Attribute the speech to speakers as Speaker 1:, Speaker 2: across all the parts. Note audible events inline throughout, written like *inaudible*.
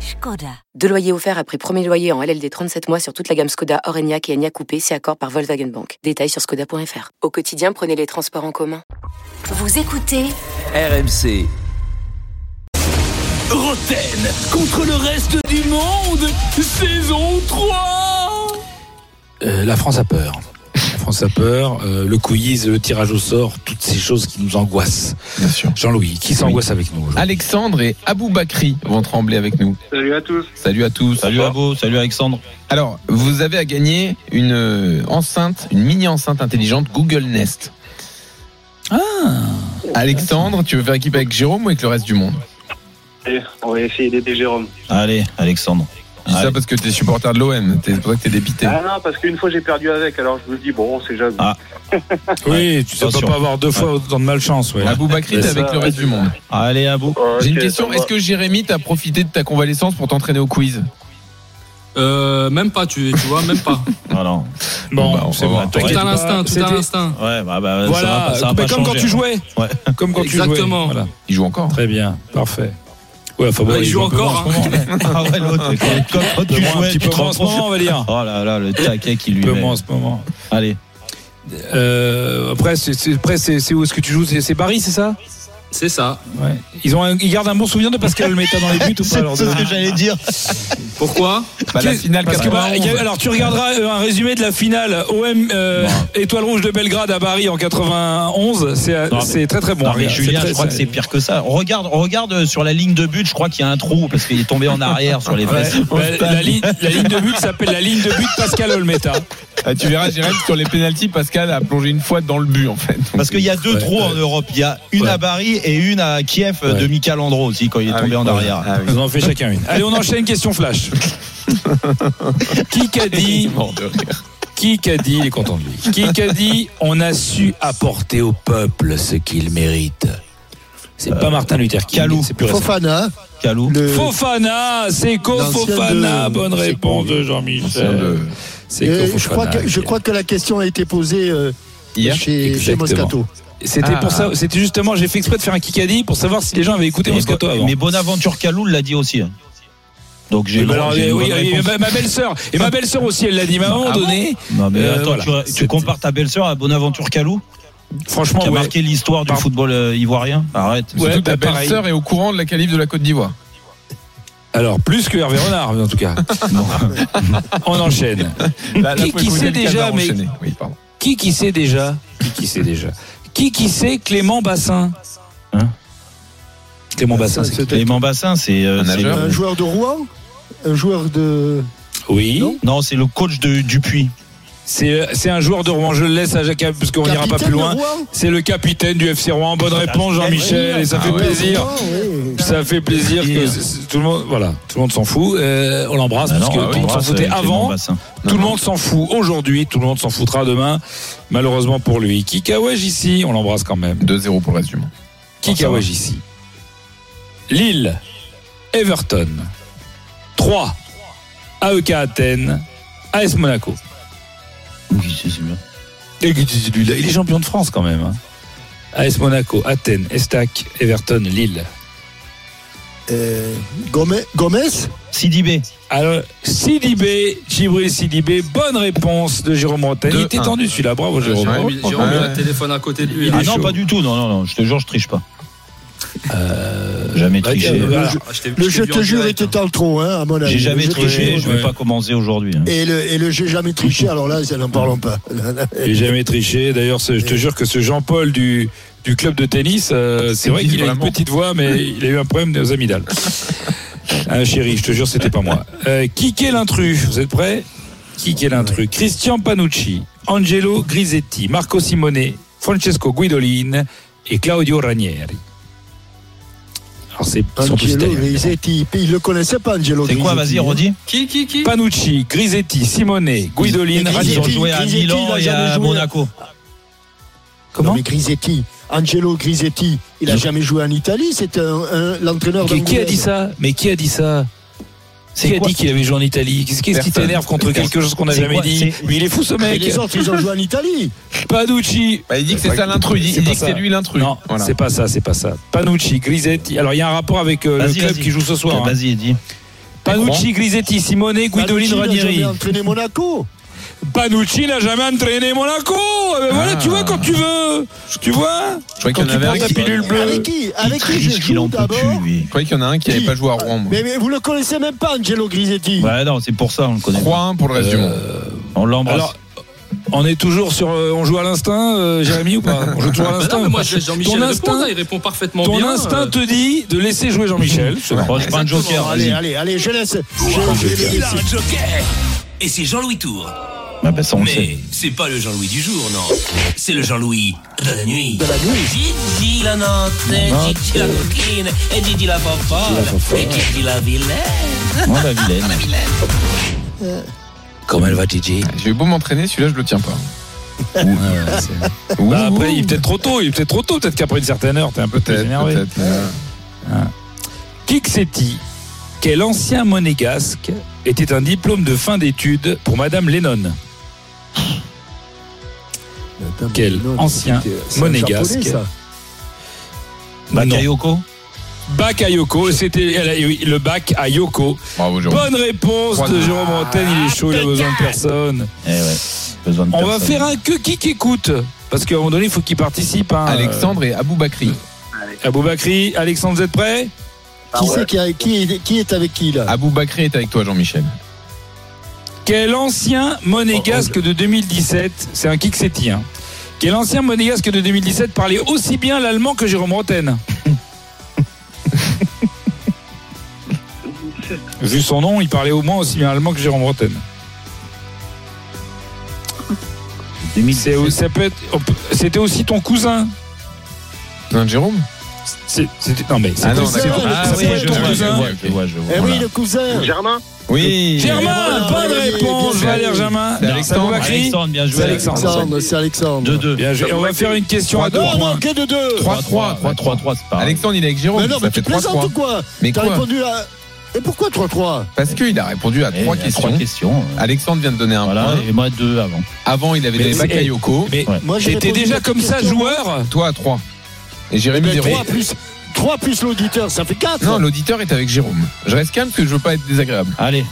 Speaker 1: Skoda.
Speaker 2: Deux loyers offerts après premier loyer en LLD 37 mois sur toute la gamme Skoda, Orenia et Enya Coupé, c'est accord par Volkswagen Bank. Détails sur skoda.fr. Au quotidien, prenez les transports en commun.
Speaker 1: Vous écoutez
Speaker 3: RMC.
Speaker 4: Roten contre le reste du monde, saison 3
Speaker 5: Euh, la France a peur. La France a peur. euh, le quiz, le tirage au sort, toutes ces choses qui nous angoissent.
Speaker 6: Bien sûr.
Speaker 5: Jean-Louis, qui s'angoisse avec nous aujourd'hui
Speaker 7: Alexandre et Abou Bakri vont trembler avec nous.
Speaker 8: Salut à tous.
Speaker 7: Salut à tous.
Speaker 9: Salut Abo, salut Alexandre.
Speaker 7: Alors, vous avez à gagner une euh, enceinte, une mini enceinte intelligente Google Nest. Ah Alexandre, tu veux faire équipe avec Jérôme ou avec le reste du monde
Speaker 8: Allez, Eh, on va essayer d'aider Jérôme.
Speaker 9: Allez, Alexandre.
Speaker 7: Je dis ça
Speaker 9: Allez.
Speaker 7: parce que t'es supporter de l'OM, c'est pour ça que t'es dépité.
Speaker 8: Ah non, parce qu'une fois j'ai perdu avec, alors je me dis, bon, c'est jamais.
Speaker 9: Ah.
Speaker 5: Oui, tu ne
Speaker 9: Attention.
Speaker 5: peux pas avoir deux fois autant de malchance. Ouais.
Speaker 7: Abou Bakri, t'es
Speaker 9: C'est
Speaker 7: avec
Speaker 8: ça.
Speaker 7: le reste du monde.
Speaker 9: Allez Abo.
Speaker 7: Ah. J'ai une question, est-ce que Jérémy, t'as profité de ta convalescence pour t'entraîner au quiz
Speaker 10: Euh, même pas, tu, tu vois, même pas.
Speaker 9: Voilà.
Speaker 5: Bon,
Speaker 7: Bon, bah, on
Speaker 5: c'est
Speaker 7: va
Speaker 5: bon.
Speaker 7: voir.
Speaker 10: tout
Speaker 5: t'inquiète
Speaker 10: à
Speaker 5: pas,
Speaker 10: l'instinct, tout
Speaker 5: c'était- Euh,
Speaker 10: à l'instinct.
Speaker 9: Ouais, bah, bah, ça va
Speaker 5: Voilà,
Speaker 9: pas, ça va
Speaker 5: mais
Speaker 9: pas
Speaker 5: comme quand
Speaker 9: changer. hein.
Speaker 5: tu jouais.
Speaker 9: Ouais.
Speaker 5: *laughs* Comme quand tu jouais.
Speaker 10: Exactement.
Speaker 5: Voilà.
Speaker 7: Il joue encore
Speaker 5: Très bien, parfait. Ouais, enfin bon,
Speaker 10: Ouais, il joue
Speaker 5: un peu
Speaker 10: encore, hein.
Speaker 5: moins en ce moment.
Speaker 9: Ah ouais,
Speaker 5: *laughs*
Speaker 9: l'autre, comme- comme quand
Speaker 5: Un peu
Speaker 9: tu
Speaker 5: moins,
Speaker 9: jouais,
Speaker 5: un petit
Speaker 9: tu
Speaker 5: peu
Speaker 9: te
Speaker 5: moins en ce
Speaker 9: rends
Speaker 5: moment, on va dire.
Speaker 9: compte. Oh là là, le taquet qui
Speaker 5: Un
Speaker 9: lui
Speaker 5: peu
Speaker 9: met.
Speaker 5: moins en ce moment.
Speaker 9: Allez.
Speaker 5: Euh, après, c'est- c'est après, c'est- c'est où est-ce que tu joues C'est c'est Paris, c'est ça
Speaker 10: C'est ça.
Speaker 5: Ouais. Ils, ont un- ils gardent un bon souvenir de Pascal Meta dans les buts
Speaker 10: *laughs*
Speaker 5: ou pas alors, de-
Speaker 9: j'allais dire.
Speaker 10: Pourquoi
Speaker 7: Bah, La
Speaker 5: Qu'est-
Speaker 7: finale
Speaker 5: Parce que, bah, il y a-
Speaker 7: 91.
Speaker 5: alors tu regarderas euh, un résumé de la finale OM euh, Étoile Rouge de Belgrade à Paris en 91. C'est à-
Speaker 9: Non, mais-
Speaker 5: c'est très très bon.
Speaker 9: Non, mais
Speaker 5: Regarde,
Speaker 9: Julien,
Speaker 5: très-
Speaker 9: je crois que c'est pire que ça. On regarde, on regarde euh, sur la ligne de but, je crois qu'il y a un trou parce qu'il est tombé en arrière sur les
Speaker 5: Ouais.
Speaker 9: fesses.
Speaker 5: Bah, la, ligne, la ligne de but s'appelle la ligne de but Pascal Olmeta.
Speaker 7: Ah, tu verras, Jérémy, sur les pénalties, Pascal a plongé une fois dans le but en fait.
Speaker 9: Parce qu'il y a deux
Speaker 5: Ouais,
Speaker 9: trous
Speaker 5: ouais.
Speaker 9: en Europe. Il y a une
Speaker 5: Ouais.
Speaker 9: à Bari et une à Kiev euh,
Speaker 5: Ouais.
Speaker 9: de Michel Andro aussi quand il est
Speaker 7: Ah
Speaker 9: tombé
Speaker 7: oui.
Speaker 9: en arrière.
Speaker 7: Ah oui.
Speaker 5: Nous en fait chacun une. Allez, on enchaîne question
Speaker 9: *laughs*
Speaker 5: flash. qui qu'a dit
Speaker 7: *laughs* Mort de rire.
Speaker 5: Qui qu'a dit Il est content de lui. Qui qu'a dit On a su apporter au peuple ce qu'il mérite. C'est
Speaker 9: Euh,
Speaker 5: pas Martin Luther King.
Speaker 9: Calou.
Speaker 5: C'est plus récent.
Speaker 6: Fofana,
Speaker 9: Calou.
Speaker 6: le
Speaker 5: Fofana, Seko
Speaker 6: L'ancien
Speaker 5: Fofana,
Speaker 6: de-
Speaker 5: bonne
Speaker 6: Seko.
Speaker 5: réponse de
Speaker 7: Tiens,
Speaker 5: Jean-Michel.
Speaker 7: de-
Speaker 5: Seko
Speaker 6: Euh, je,
Speaker 5: Fofana.
Speaker 6: crois que, je crois que la question a été posée euh,
Speaker 7: Hier
Speaker 6: chez, chez
Speaker 5: Exactement.
Speaker 6: Moscato.
Speaker 5: C'était pour
Speaker 7: Ah.
Speaker 5: ça, c'était justement, j'ai fait exprès de faire un kikadi pour savoir si les gens avaient écouté
Speaker 9: Mais
Speaker 5: Moscato
Speaker 9: Bo-
Speaker 5: avant.
Speaker 9: Mais Bonaventure Calou l'a dit aussi. Donc j'ai
Speaker 5: Eh
Speaker 9: le
Speaker 5: ben
Speaker 9: droit-
Speaker 5: alors,
Speaker 9: j'ai une
Speaker 5: oui,
Speaker 9: bonne
Speaker 5: et
Speaker 9: réponse.
Speaker 5: ma, ma belle-sœur et ma belle-sœur aussi elle l'a dit mais à un moment
Speaker 9: Ah bon
Speaker 5: donné
Speaker 9: Non, mais
Speaker 5: Euh,
Speaker 9: attends,
Speaker 5: voilà.
Speaker 9: tu vois, tu,
Speaker 5: C'était-
Speaker 9: compares ta belle-sœur à Bonaventure Calou
Speaker 5: franchement
Speaker 9: qui a
Speaker 5: ouais.
Speaker 9: marqué l'histoire du
Speaker 5: Pardon.
Speaker 9: football euh, ivoirien Arrête.
Speaker 5: Ouais,
Speaker 7: Surtout
Speaker 5: bah,
Speaker 7: ta
Speaker 5: pareil.
Speaker 7: belle-sœur est au courant de la calife de la Côte d'Ivoire.
Speaker 5: alors plus que Hervé Renard en tout
Speaker 9: *laughs*
Speaker 5: cas Bon. *laughs* on enchaîne
Speaker 7: Là, là,
Speaker 5: Qui-
Speaker 7: faut
Speaker 5: qui
Speaker 7: écouter
Speaker 5: sait
Speaker 7: le
Speaker 5: déjà,
Speaker 7: Qatar
Speaker 5: mais-
Speaker 7: enchaîner. Oui, pardon.
Speaker 5: qui qui sait déjà qui qui sait déjà qui qui sait Clément Bassin
Speaker 9: Hein
Speaker 5: Clément Bassin c'est qui
Speaker 6: C'était
Speaker 9: Clément Bassin, c'est. euh,
Speaker 7: Un
Speaker 9: c'est
Speaker 7: nageur.
Speaker 9: le-
Speaker 6: un joueur de Rouen, un joueur de.
Speaker 5: oui
Speaker 6: Non.
Speaker 9: Non, c'est le coach de Dupuis.
Speaker 5: c'est euh, c'est un joueur de Rouen je le laisse à Jacques parce qu'on n'ira
Speaker 6: capitaine
Speaker 5: pas plus
Speaker 6: de
Speaker 5: loin
Speaker 6: Rouen.
Speaker 5: c'est le capitaine du FC Rouen bonne réponse Jean-Michel et ça fait
Speaker 7: Ah ouais.
Speaker 5: plaisir
Speaker 6: Rouen, oui.
Speaker 5: Ça fait plaisir que c- c- tout le monde, voilà, tout le monde s'en fout. Euh, on l'embrasse
Speaker 9: Ah
Speaker 5: parce
Speaker 9: non,
Speaker 5: que
Speaker 9: ah oui,
Speaker 5: tout le monde s'en
Speaker 9: embrasse,
Speaker 5: foutait
Speaker 9: euh, Clément
Speaker 5: avant.
Speaker 9: Bassin.
Speaker 5: Tout le monde s'en fout aujourd'hui. Tout le monde s'en foutra demain. Malheureusement pour lui. Kikawaj ici, on l'embrasse quand même.
Speaker 7: 2-0 pour le reste du monde.
Speaker 5: Kikawaj ici. Lille, Everton, 3, AEK Athènes, AS Monaco.
Speaker 9: Oui, c'est- c'est bien.
Speaker 5: Et Il est champion de France quand même. hein. AS Monaco, Athènes, Estac, Everton, Lille.
Speaker 6: Euh, Gomez, Gomez
Speaker 9: Sidibé.
Speaker 5: Alors, Sidibé, Djibril Sidibé, bonne réponse de Jérôme Rotten. Il
Speaker 7: Deux,
Speaker 5: était
Speaker 7: un.
Speaker 5: tendu celui-là, bravo Euh, Jérôme.
Speaker 7: Jérôme,
Speaker 5: Bravo.
Speaker 7: il-
Speaker 10: Jérôme, il a
Speaker 7: Ouais.
Speaker 10: le téléphone à côté de lui.
Speaker 9: Ah
Speaker 5: est
Speaker 9: non,
Speaker 5: chaud.
Speaker 9: pas du tout. Non, non, non. Je te jure, je triche pas. Jamais
Speaker 5: bah,
Speaker 9: triché.
Speaker 5: euh, voilà.
Speaker 10: ah,
Speaker 6: Le je te jure était dans le tronc, hein, à mon avis.
Speaker 9: J'ai jamais
Speaker 6: Le je te
Speaker 9: triché,
Speaker 6: jure.
Speaker 9: je vais
Speaker 5: ouais.
Speaker 9: pas commencer aujourd'hui. hein.
Speaker 6: Et le, et le j'ai jamais triché, alors là, ça, n'en parlons pas.
Speaker 5: J'ai jamais triché. D'ailleurs, ce- je te jure que ce Jean-Paul du, du club de tennis, euh, c'est vrai
Speaker 7: Il dit
Speaker 5: qu'il a une
Speaker 7: vraiment.
Speaker 5: petite voix, mais il a eu un problème aux
Speaker 6: *laughs*
Speaker 5: amygdales. Ah, chéri, je te jure, c'était pas moi. Euh, qui est l'intrus Vous êtes prêts Qui est l'intrus Christian Panucci, Angelo Grisetti, Marco Simone, Francesco Guidolin et Claudio Ranieri. Alors, c'est ils sont tous
Speaker 6: Angelo
Speaker 5: italiens.
Speaker 6: Grisetti, il le connaissait pas, Angelo
Speaker 9: C'est quoi,
Speaker 6: Grisetti,
Speaker 9: vas-y,
Speaker 6: hein.
Speaker 9: redis
Speaker 10: Qui, qui, qui
Speaker 5: Panucci, Grisetti, Simone, Guidolin,
Speaker 6: Mais
Speaker 9: Ils
Speaker 5: Ranieri.
Speaker 9: ont joué à
Speaker 6: Grisetti,
Speaker 9: Milan
Speaker 6: il a
Speaker 9: et à
Speaker 6: jamais joué.
Speaker 9: Monaco.
Speaker 5: Comment
Speaker 6: Non, mais Grisetti, Angelo Grisetti, il a jamais joué en Italie, c'est un- un- l'entraîneur
Speaker 5: Qui, qui a
Speaker 6: d'Angleterre.
Speaker 5: dit ça Mais qui a dit ça qui
Speaker 9: C'est
Speaker 5: a
Speaker 9: quoi
Speaker 5: dit qu'il avait joué en Italie Qu'est-ce qu'est-ce qui
Speaker 7: Personne.
Speaker 5: t'énerve contre quelque chose qu'on n'a
Speaker 9: C'est
Speaker 5: jamais
Speaker 9: quoi
Speaker 5: dit
Speaker 9: C'est-
Speaker 5: Mais il est fou ce
Speaker 6: Mais
Speaker 5: mec
Speaker 6: les autres, ils ont joué en Italie.
Speaker 5: Panucci
Speaker 7: Bah, il dit que c'est ça l'intrus. Il dit,
Speaker 5: C'est
Speaker 7: il
Speaker 5: pas
Speaker 7: dit que
Speaker 5: ça.
Speaker 7: c'est lui l'intrus.
Speaker 5: Non,
Speaker 7: Voilà.
Speaker 5: c'est pas ça, c'est pas ça. Panucci, Grisetti. Alors il y a un rapport avec euh, le
Speaker 9: Vas-y,
Speaker 5: club
Speaker 9: vas-y.
Speaker 5: qui joue ce soir.
Speaker 9: Ok,
Speaker 5: hein.
Speaker 9: Vas-y, dis.
Speaker 5: Panucci, Grisetti, Simone, Guidolin,
Speaker 6: Panucci, il a
Speaker 5: Ranieri.
Speaker 6: jamais entraîné Monaco.
Speaker 5: Panucci n'a jamais entraîné Monaco. Eh ben Voilà,
Speaker 7: Ah.
Speaker 5: tu vois quand tu veux. Tu vois
Speaker 7: Je croyais
Speaker 5: Quand
Speaker 7: qu'il y en
Speaker 5: tu
Speaker 7: avait
Speaker 5: prends
Speaker 7: un
Speaker 5: ta
Speaker 7: qui-
Speaker 5: pilule
Speaker 6: Avec
Speaker 5: bleue.
Speaker 6: qui
Speaker 9: Il
Speaker 6: Avec qui
Speaker 9: triche
Speaker 6: je
Speaker 9: qu'il en
Speaker 6: joue
Speaker 9: peut
Speaker 6: d'abord
Speaker 9: plus, lui.
Speaker 7: Je croyais qu'il y en a un qui n'avait
Speaker 6: Qui
Speaker 7: pas joué à Rouen. moi.
Speaker 6: mais, mais vous le connaissez même pas, Angelo Grisetti.
Speaker 9: Ouais, non, c'est pour ça, on le connaît.
Speaker 7: 3-1 pour le reste du monde.
Speaker 9: On l'embrasse.
Speaker 5: Alors, on est toujours sur. euh, on joue à l'instinct, euh, Jérémy, ou pas On joue toujours à
Speaker 10: Bah
Speaker 5: l'instinct.
Speaker 10: non, mais
Speaker 5: ou
Speaker 10: moi,
Speaker 5: pas
Speaker 10: j'ai Jean-Michel
Speaker 5: Ton
Speaker 10: répond,
Speaker 5: instinct-
Speaker 10: là, il répond parfaitement
Speaker 5: Ton
Speaker 10: bien.
Speaker 5: instinct
Speaker 10: euh,
Speaker 5: te dit de laisser jouer *laughs* Jean-Michel.
Speaker 9: Bon, je prends un joker.
Speaker 6: Bon, allez,
Speaker 9: vas-y.
Speaker 6: allez, allez, je laisse. Je- je-
Speaker 4: Il a un joker Et c'est Jean-Louis Tour.
Speaker 9: Ah, bah, ça, on le sait.
Speaker 4: Mais c'est pas le Jean-Louis du jour, non. C'est le Jean-Louis de la nuit.
Speaker 6: de la nuit.
Speaker 4: Gigi la Nantes, Gigi la coquine, et Gigi la fofolle, et Gigi la vilaine.
Speaker 9: Oh, la vilaine.
Speaker 4: Comment elle va, Gigi
Speaker 7: J'ai eu beau m'entraîner, celui-là, je le tiens pas. Ouh,
Speaker 5: Bah, après,
Speaker 7: ouh.
Speaker 5: il est peut-être trop tôt. Il est peut-être trop tôt. Peut-être qu'après une certaine heure, t'es un peu plus
Speaker 7: Peut-être,
Speaker 5: énervé.
Speaker 7: peut-être. euh,
Speaker 5: Kixetti, quel ancien monégasque était un diplôme de fin d'études pour Madame Lennon Quel ancien
Speaker 6: C'est un
Speaker 5: monégasque.
Speaker 6: japonais, ça.
Speaker 9: Bakayoko
Speaker 5: Bac Bah, à Yoko, c'était elle a- oui, le bac à Yoko.
Speaker 7: Bravo, Jérôme.
Speaker 5: Bonne réponse de
Speaker 7: Voilà.
Speaker 5: Jérôme Bretagne, il est chaud, il a besoin de personne.
Speaker 9: Eh ouais. Besoin de
Speaker 5: On va
Speaker 9: personne.
Speaker 5: faire un que qui qui écoute, parce qu'à un moment donné, il faut qu'il participe. hein.
Speaker 7: Ah, Alexandre et Aboubakri.
Speaker 5: Euh, Aboubakri, Alexandre, vous êtes prêts
Speaker 8: Ah
Speaker 6: Qui c'est qui, a- qui est- qui est avec qui là
Speaker 7: Aboubakri est avec toi, Jean-Michel.
Speaker 5: Quel ancien monégasque de 2017, c'est un Kixetti, hein. quel ancien monégasque de 2017 parlait aussi bien l'allemand que Jérôme Roten Vu son nom, il parlait au moins aussi bien allemand que Jérôme Roten.
Speaker 9: 2007.
Speaker 5: C'est- ça peut être- on peut- C'était aussi ton cousin.
Speaker 7: Non, Jérôme
Speaker 5: C'est- c'était- Non mais.
Speaker 7: Ah non,
Speaker 6: cousin,
Speaker 7: d'accord.
Speaker 6: le
Speaker 7: Ah
Speaker 6: cousin,
Speaker 7: oui,
Speaker 5: le
Speaker 7: je vois, je
Speaker 5: cousin.
Speaker 7: vois,
Speaker 9: Je
Speaker 7: ok.
Speaker 9: vois, je vois.
Speaker 6: Eh
Speaker 9: Voilà.
Speaker 6: oui, le cousin.
Speaker 8: Germain
Speaker 7: Oui.
Speaker 5: Germain,
Speaker 7: Oh
Speaker 6: Voilà,
Speaker 5: bonne
Speaker 6: oui,
Speaker 5: réponse,
Speaker 6: bien sûr.
Speaker 5: Valère Germain.
Speaker 7: C'est Alexandre.
Speaker 5: Aboubakri.
Speaker 9: Alexandre, bien joué.
Speaker 5: C'est Alexandre.
Speaker 6: Alexandre, c'est Alexandre.
Speaker 9: 2-2.
Speaker 5: Bien joué. On va faire une question à deux
Speaker 6: Non, non,
Speaker 5: points.
Speaker 6: que de deux.
Speaker 7: 3-3.
Speaker 9: 3-3, c'est pas grave.
Speaker 7: Alexandre, il est avec Jérôme.
Speaker 6: Mais non,
Speaker 7: ça
Speaker 6: mais
Speaker 7: fait
Speaker 6: tu plaisantes
Speaker 7: 3-3.
Speaker 6: ou quoi
Speaker 7: Mais
Speaker 6: T'as
Speaker 7: quoi
Speaker 6: répondu à. Et pourquoi 3-3
Speaker 7: Parce qu'il a répondu à
Speaker 9: Eh,
Speaker 7: trois
Speaker 9: il y a trois
Speaker 7: questions.
Speaker 9: questions.
Speaker 7: Alexandre vient de donner un
Speaker 9: Voilà,
Speaker 7: point.
Speaker 9: et moi deux avant.
Speaker 7: Avant, il avait
Speaker 5: Mais
Speaker 7: donné
Speaker 5: c'est-
Speaker 7: Bakayoko.
Speaker 5: Mais
Speaker 6: Moi, j'ai
Speaker 5: t'étais
Speaker 6: répondu à
Speaker 5: déjà
Speaker 6: cette
Speaker 5: comme ça
Speaker 6: question.
Speaker 5: joueur
Speaker 7: Toi à 3. Et Jérémy
Speaker 6: Mais
Speaker 7: 0.
Speaker 6: 3 plus, 3 plus l'auditeur, ça fait 4.
Speaker 7: Non, l'auditeur est avec Jérôme. Je reste calme parce que je veux pas être désagréable.
Speaker 9: Allez,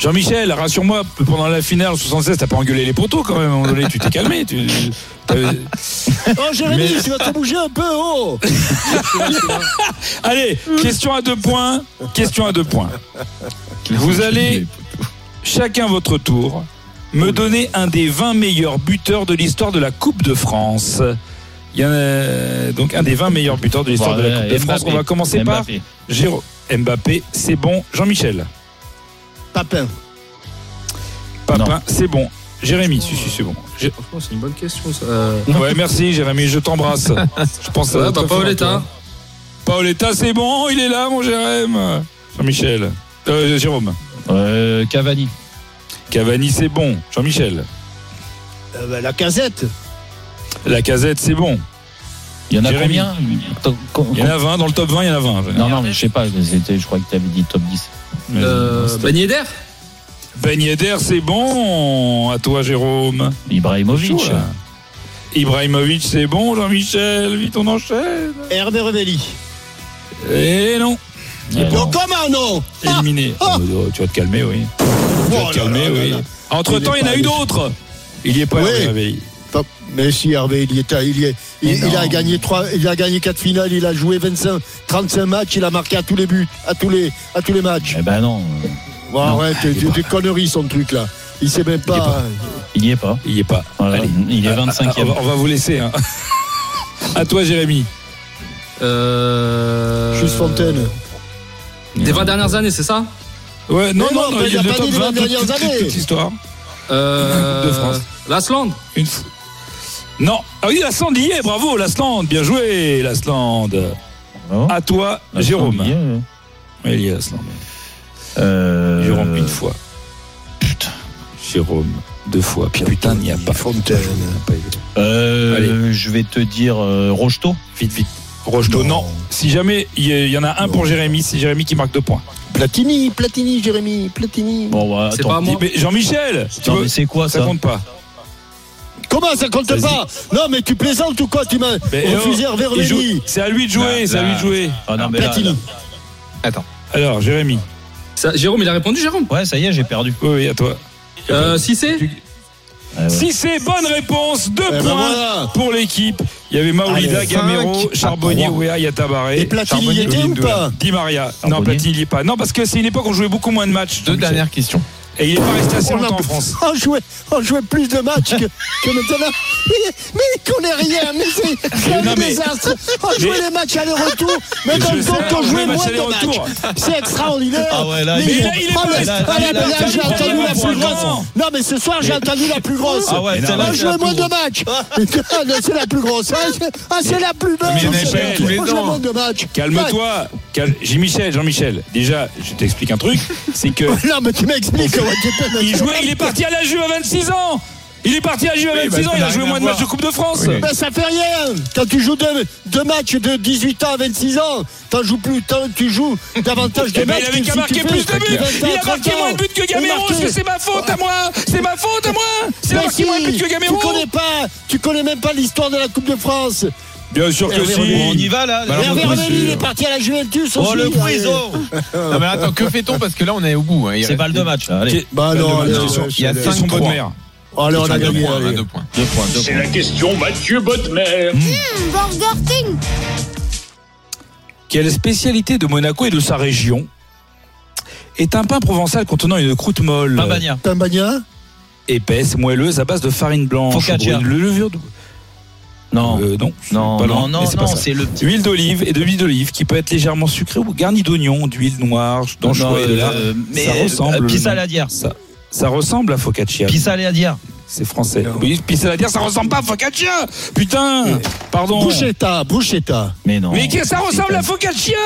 Speaker 5: Jean-Michel, rassure-moi, pendant la finale 76, t'as pas engueulé les poteaux quand même, à un moment donné, tu t'es calmé. tu- euh. t'avais-
Speaker 6: Oh, Jérémy, tu vas te bouger un peu, oh
Speaker 5: Allez, question à deux points. Question à deux points. Vous allez, chacun votre tour, me donner un des 20 meilleurs buteurs de l'histoire de la Coupe de France. Il y en a donc un des 20 meilleurs buteurs de l'histoire de la
Speaker 9: Voilà,
Speaker 5: Coupe de France.
Speaker 9: Mbappé.
Speaker 5: On va commencer par
Speaker 9: Mbappé.
Speaker 5: Jérôme Mbappé, c'est bon. Jean-Michel,
Speaker 6: Papin.
Speaker 5: Papin, c'est bon. Jérémy, si, si, c'est bon. Jé-
Speaker 10: Franchement, c'est une bonne question, ça.
Speaker 5: Ouais, merci Jérémy, je t'embrasse. Je pense à
Speaker 10: Ah, bah,
Speaker 5: très fort à
Speaker 10: Paoletta.
Speaker 5: Euh, toi. Paoletta, c'est bon, il est là, mon Jérémy. Jean-Michel. Euh, Jérôme.
Speaker 9: Euh, Cavani.
Speaker 5: Cavani, c'est bon. Jean-Michel.
Speaker 6: Euh, bah, la casette.
Speaker 5: La casette, c'est bon.
Speaker 9: Il y en a
Speaker 5: Jérémy.
Speaker 9: combien Attends, co-
Speaker 5: Il y en a 20, dans le top 20, il y en a 20. en général.
Speaker 9: Non, non, mais je sais pas, c'était- je crois que tu avais dit top 10.
Speaker 10: Euh, Ben Yedder
Speaker 5: Ben Yedder, c'est bon. À toi, Jérôme.
Speaker 9: Ibrahimovic.
Speaker 5: Chaud, là. Ibrahimovic, c'est bon, Jean-Michel. Vite, on enchaîne.
Speaker 6: Hervé Revelli. Oh,
Speaker 5: Et non,
Speaker 9: Eh non.
Speaker 6: Non, comment non Ah,
Speaker 5: éliminé.
Speaker 6: ah.
Speaker 5: Oh, tu vas te calmer, oui.
Speaker 6: oh
Speaker 5: Tu vas
Speaker 6: là
Speaker 5: te calmer,
Speaker 6: là là
Speaker 5: oui.
Speaker 6: là.
Speaker 5: Entre temps, il y en a eu d'autres. Il n'y est pas
Speaker 6: Oui.
Speaker 5: Hervé Réveil.
Speaker 6: Pas- Mais si Hervé, il y est, il y est. Il,
Speaker 9: Mais
Speaker 6: il
Speaker 9: non.
Speaker 6: a gagné 3, il a gagné 4 finales, il a joué 25, 35 matchs, il a marqué à tous les buts, à tous les, à tous les matchs.
Speaker 9: Eh ben non,
Speaker 6: Bon,
Speaker 9: non,
Speaker 6: arrête,
Speaker 9: il est
Speaker 6: des, des conneries son truc là. Il sait même
Speaker 5: est
Speaker 6: pas.
Speaker 9: il y est pas.
Speaker 5: Il n'y est pas.
Speaker 9: Voilà,
Speaker 5: Allez.
Speaker 9: Il est
Speaker 5: Ah, ah, on,
Speaker 9: 25e.
Speaker 5: va, on va vous laisser.
Speaker 6: *laughs*
Speaker 5: hein. à toi, Jérémy.
Speaker 10: Euh...
Speaker 6: Juste Fontaine.
Speaker 10: Des 20 dernières années, c'est ça
Speaker 5: Ouais, non,
Speaker 6: Mais
Speaker 5: non,
Speaker 6: non,
Speaker 5: non,
Speaker 6: mais
Speaker 5: il
Speaker 6: il a
Speaker 5: est le
Speaker 6: pas
Speaker 5: top
Speaker 6: dit les
Speaker 5: 20 toute,
Speaker 6: dernières
Speaker 5: toute- toute-
Speaker 6: années.
Speaker 5: toute l'histoire.
Speaker 10: Euh...
Speaker 5: De France.
Speaker 10: L'Asland
Speaker 5: Une f- Non. Ah oui, la Slande y est, bravo, la Slande. Bien joué, la Slande.
Speaker 9: Vraiment
Speaker 5: À toi,
Speaker 9: Ah,
Speaker 5: Jérôme.
Speaker 9: il y est, ouais.
Speaker 5: Oui, il y a la Slande.
Speaker 9: Euh,
Speaker 5: Jérôme, une fois.
Speaker 9: Putain.
Speaker 5: Jérôme. Deux fois. Putain, il n'y a pas.
Speaker 6: Fontaine.
Speaker 9: Euh, je vais te dire euh, Rocheteau.
Speaker 5: Vite, vite. Rocheteau, non. Si jamais, il y, a- il y en a un
Speaker 6: Non.
Speaker 5: pour Jérémy, c'est Jérémy qui marque deux points.
Speaker 6: Platini, Platini, Jérémy, Platini.
Speaker 9: Bon, bah,
Speaker 10: C'est
Speaker 9: attends.
Speaker 10: pas à moi.
Speaker 5: Mais Jean-Michel tu
Speaker 9: Non,
Speaker 5: veux-
Speaker 9: mais c'est quoi
Speaker 5: Ça
Speaker 9: ça
Speaker 5: compte pas.
Speaker 6: Comment ça compte
Speaker 5: Vas-y.
Speaker 6: pas Non, mais tu plaisantes ou quoi Tu m'as
Speaker 5: Mais, euh,
Speaker 6: refusé Hervé
Speaker 5: Il joue-
Speaker 6: Rémy.
Speaker 5: C'est à lui de jouer,
Speaker 7: Là,
Speaker 5: c'est à lui de
Speaker 7: là.
Speaker 5: jouer.
Speaker 9: Ah, non, mais là,
Speaker 6: Platini.
Speaker 5: Alors, Jérémy.
Speaker 10: Ça- Jérôme, il a répondu, Jérôme
Speaker 9: là. Ouais, ça y est, j'ai perdu.
Speaker 5: Oui, oui, à toi.
Speaker 10: euh, Si c'est
Speaker 5: Si c'est bonne réponse, deux
Speaker 6: Eh ben
Speaker 5: points
Speaker 6: voilà.
Speaker 5: pour l'équipe. Il y avait Maoulida,
Speaker 6: Allez,
Speaker 5: Gamero,
Speaker 6: cinq à
Speaker 5: Charbonnier,
Speaker 6: trois.
Speaker 5: Ouéa, Yatabaré.
Speaker 6: Et Platini y
Speaker 5: Charbonnier,
Speaker 6: était ou
Speaker 5: Lindula.
Speaker 6: pas
Speaker 5: Di Maria. Non,
Speaker 9: Charbonnier.
Speaker 5: Platini n'y est pas. Non, parce que c'est une époque où on jouait beaucoup moins de matchs.
Speaker 7: Deux
Speaker 5: Jean-Michel.
Speaker 7: dernières questions.
Speaker 5: Et il n'est pas resté assez
Speaker 6: On, a-
Speaker 5: longtemps en France.
Speaker 6: on jouait, on jouait plus de matchs que, que maintenant. Mais, mais il connaît rien, mais c'est c'est
Speaker 5: Non,
Speaker 6: un
Speaker 5: mais-
Speaker 6: désastre. On jouait
Speaker 5: mais-
Speaker 6: les matchs aller-retour, mais
Speaker 5: Je
Speaker 6: dans le
Speaker 5: sais,
Speaker 6: temps qu'on
Speaker 5: on
Speaker 6: jouait
Speaker 5: jouait match
Speaker 6: moins de
Speaker 5: aller-retour.
Speaker 6: matchs. C'est extraordinaire.
Speaker 9: Ah ouais, là,
Speaker 6: Mais
Speaker 9: il-
Speaker 6: ils
Speaker 5: là,
Speaker 6: ont-
Speaker 5: il est
Speaker 6: Ah,
Speaker 5: pas
Speaker 6: mais-
Speaker 5: resté-
Speaker 6: ah,
Speaker 9: il
Speaker 6: mais
Speaker 9: est
Speaker 6: là,
Speaker 9: pas
Speaker 6: j'ai
Speaker 9: resté-
Speaker 6: entendu
Speaker 9: il est
Speaker 6: la
Speaker 9: pas
Speaker 6: plus
Speaker 9: resté-
Speaker 6: grosse. Non, mais ce soir, j'ai entendu la plus grosse.
Speaker 9: Ah ouais,
Speaker 5: Mais
Speaker 9: celle-là,
Speaker 5: non,
Speaker 6: On
Speaker 9: c'est
Speaker 6: jouait
Speaker 9: la
Speaker 6: moins
Speaker 9: plus
Speaker 6: de
Speaker 9: grosse.
Speaker 6: matchs. *laughs* Ah, non, C'est la plus grosse. Ah, c'est- Ah, c'est la plus belle.
Speaker 7: Mais il y en avait
Speaker 6: C'est
Speaker 7: pas
Speaker 6: bien.
Speaker 7: tous les
Speaker 6: On jouait
Speaker 7: ans.
Speaker 6: moins de matchs.
Speaker 5: Calme-toi. Calme- Jean-Michel, Jean-Michel. Déjà, je t'explique un truc. C'est que
Speaker 6: Ouais. Non, mais tu m'expliques. ouais, tu peux me-
Speaker 5: il jouait, il est parti à la Juve à 26 ans. Il est parti à la Juve à
Speaker 7: Oui,
Speaker 5: 26
Speaker 7: parce
Speaker 5: ans.
Speaker 7: qu'il
Speaker 5: Il a
Speaker 7: a
Speaker 5: joué
Speaker 7: rien
Speaker 5: moins
Speaker 7: à
Speaker 5: de
Speaker 7: voir.
Speaker 5: matchs de Coupe de France.
Speaker 7: Oui.
Speaker 6: Ben ça fait rien Quand tu joues deux, deux matchs de 18 ans à 26 ans, t'en joues plus, t'en- tu joues davantage de
Speaker 5: Eh ben,
Speaker 6: matchs.
Speaker 5: il avait
Speaker 6: que
Speaker 5: qu'à
Speaker 6: si
Speaker 5: marquer
Speaker 6: tu
Speaker 5: plus
Speaker 6: fais
Speaker 5: de buts
Speaker 6: 21,
Speaker 5: Il a marqué
Speaker 6: 30
Speaker 5: moins de buts que
Speaker 6: Il a
Speaker 5: Gamero
Speaker 6: marqué.
Speaker 5: Parce que c'est ma faute à moi C'est ma faute à moi C'est
Speaker 6: Ben
Speaker 5: marqué moins de
Speaker 6: si,
Speaker 5: buts que Gamero
Speaker 6: Tu connais pas, tu connais même pas l'histoire de la Coupe de France.
Speaker 5: Bien sûr que
Speaker 6: Hervé
Speaker 9: Bon, on y
Speaker 5: si
Speaker 9: va là
Speaker 5: Ah,
Speaker 7: Bah,
Speaker 6: Hervé
Speaker 7: non,
Speaker 6: Revelli,
Speaker 7: monsieur.
Speaker 6: il est parti à la Juventus aussi.
Speaker 9: Oh le
Speaker 6: Allez.
Speaker 9: prison
Speaker 7: *laughs* Non, mais attends, que fait-on Parce que là, on est au bout. hein. Il
Speaker 9: C'est
Speaker 7: reste
Speaker 9: balle de match là, allez.
Speaker 6: Bah non, allez,
Speaker 7: Non,
Speaker 6: allez,
Speaker 7: il y a
Speaker 6: allez.
Speaker 7: cinq-
Speaker 5: Ils sont bonnes
Speaker 7: trois.
Speaker 5: mères.
Speaker 6: Allez, on a
Speaker 7: deux
Speaker 6: gagné.
Speaker 7: points,
Speaker 6: allez.
Speaker 7: deux points.
Speaker 9: Deux points, deux points.
Speaker 5: Quelle spécialité de Monaco et de sa région est un pain provençal contenant une croûte molle
Speaker 9: Pas Bagna.
Speaker 6: Tambagna
Speaker 5: épaisse, moelleuse, à base de farine blanche
Speaker 9: Focaccia.
Speaker 5: brune, le levure de-
Speaker 9: Non.
Speaker 5: Euh, non,
Speaker 9: Non,
Speaker 5: pas loin,
Speaker 9: non,
Speaker 5: mais
Speaker 9: non,
Speaker 5: c'est pas
Speaker 9: non,
Speaker 5: ça.
Speaker 9: c'est le petit.
Speaker 5: Huile d'olive et de l'huile d'olive qui peut être légèrement sucrée ou garnie d'oignons, d'huile noire,
Speaker 9: Non,
Speaker 5: d'anchois et de lard.
Speaker 9: euh, mais
Speaker 5: Ça ressemble,
Speaker 9: Pissa
Speaker 5: non.
Speaker 9: la dière.
Speaker 5: Ça, ça ressemble à focaccia.
Speaker 9: Pissa la dière.
Speaker 5: C'est français. Oui, puis ça veut dire ça ressemble pas à focaccia. Putain, pardon.
Speaker 6: Bruschetta, Bruschetta.
Speaker 9: Mais non.
Speaker 5: Mais que ça ressemble à focaccia.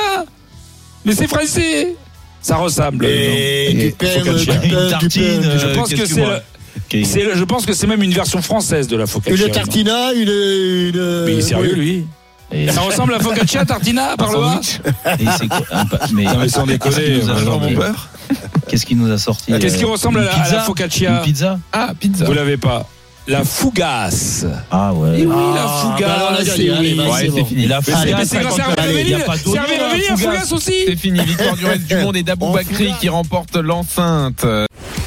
Speaker 5: Mais c'est français. Ça ressemble.
Speaker 9: Et-
Speaker 5: non.
Speaker 6: Du pain, euh, du
Speaker 5: Focaccia.
Speaker 9: Une
Speaker 6: pain, du
Speaker 9: tartine,
Speaker 6: pain.
Speaker 9: euh,
Speaker 5: Je pense que
Speaker 9: qu'est-ce que
Speaker 5: c'est
Speaker 9: moi
Speaker 5: le- c'est le- je pense que c'est même une version française de la focaccia.
Speaker 6: Une tartina, une. une-
Speaker 5: Mais il est sérieux lui.
Speaker 9: Et-
Speaker 5: Ça ressemble à focaccia tartina par le bas.
Speaker 9: et
Speaker 7: *laughs*
Speaker 9: c'est quoi Un pa- Mais
Speaker 5: Non, mais sans déconner,
Speaker 9: qu'est-ce Ah, qu'il nous a
Speaker 5: vraiment,
Speaker 9: sorti
Speaker 5: mon
Speaker 9: Qu'est-ce qui nous a sorti
Speaker 5: Qu'est-ce
Speaker 9: euh,
Speaker 5: qui ressemble à
Speaker 9: une
Speaker 5: la, à la
Speaker 9: pizza Une
Speaker 5: focaccia
Speaker 9: pizza
Speaker 7: Ah, pizza.
Speaker 5: Vous l'avez pas. La fougasse.
Speaker 9: Ah ouais.
Speaker 5: Et oui, la
Speaker 6: Ah,
Speaker 5: fougasse.
Speaker 6: bah alors là, ça y
Speaker 5: et
Speaker 6: est,
Speaker 5: oui.
Speaker 6: allez, vas-y,
Speaker 5: Ouais,
Speaker 6: c'est bon.
Speaker 9: Et la
Speaker 5: Mais c'est- mais
Speaker 9: fougasse,
Speaker 5: c'est grâce à Hervé
Speaker 9: 50, allez,
Speaker 5: Revelli.
Speaker 9: y a pas de hein,
Speaker 5: C'est
Speaker 9: doute.
Speaker 5: Hervé Revelli, la fougasse aussi.
Speaker 7: C'est fini, victoire du reste du monde et d'Abou
Speaker 6: On
Speaker 7: Bakri
Speaker 6: fout
Speaker 7: qui remporte l'enceinte.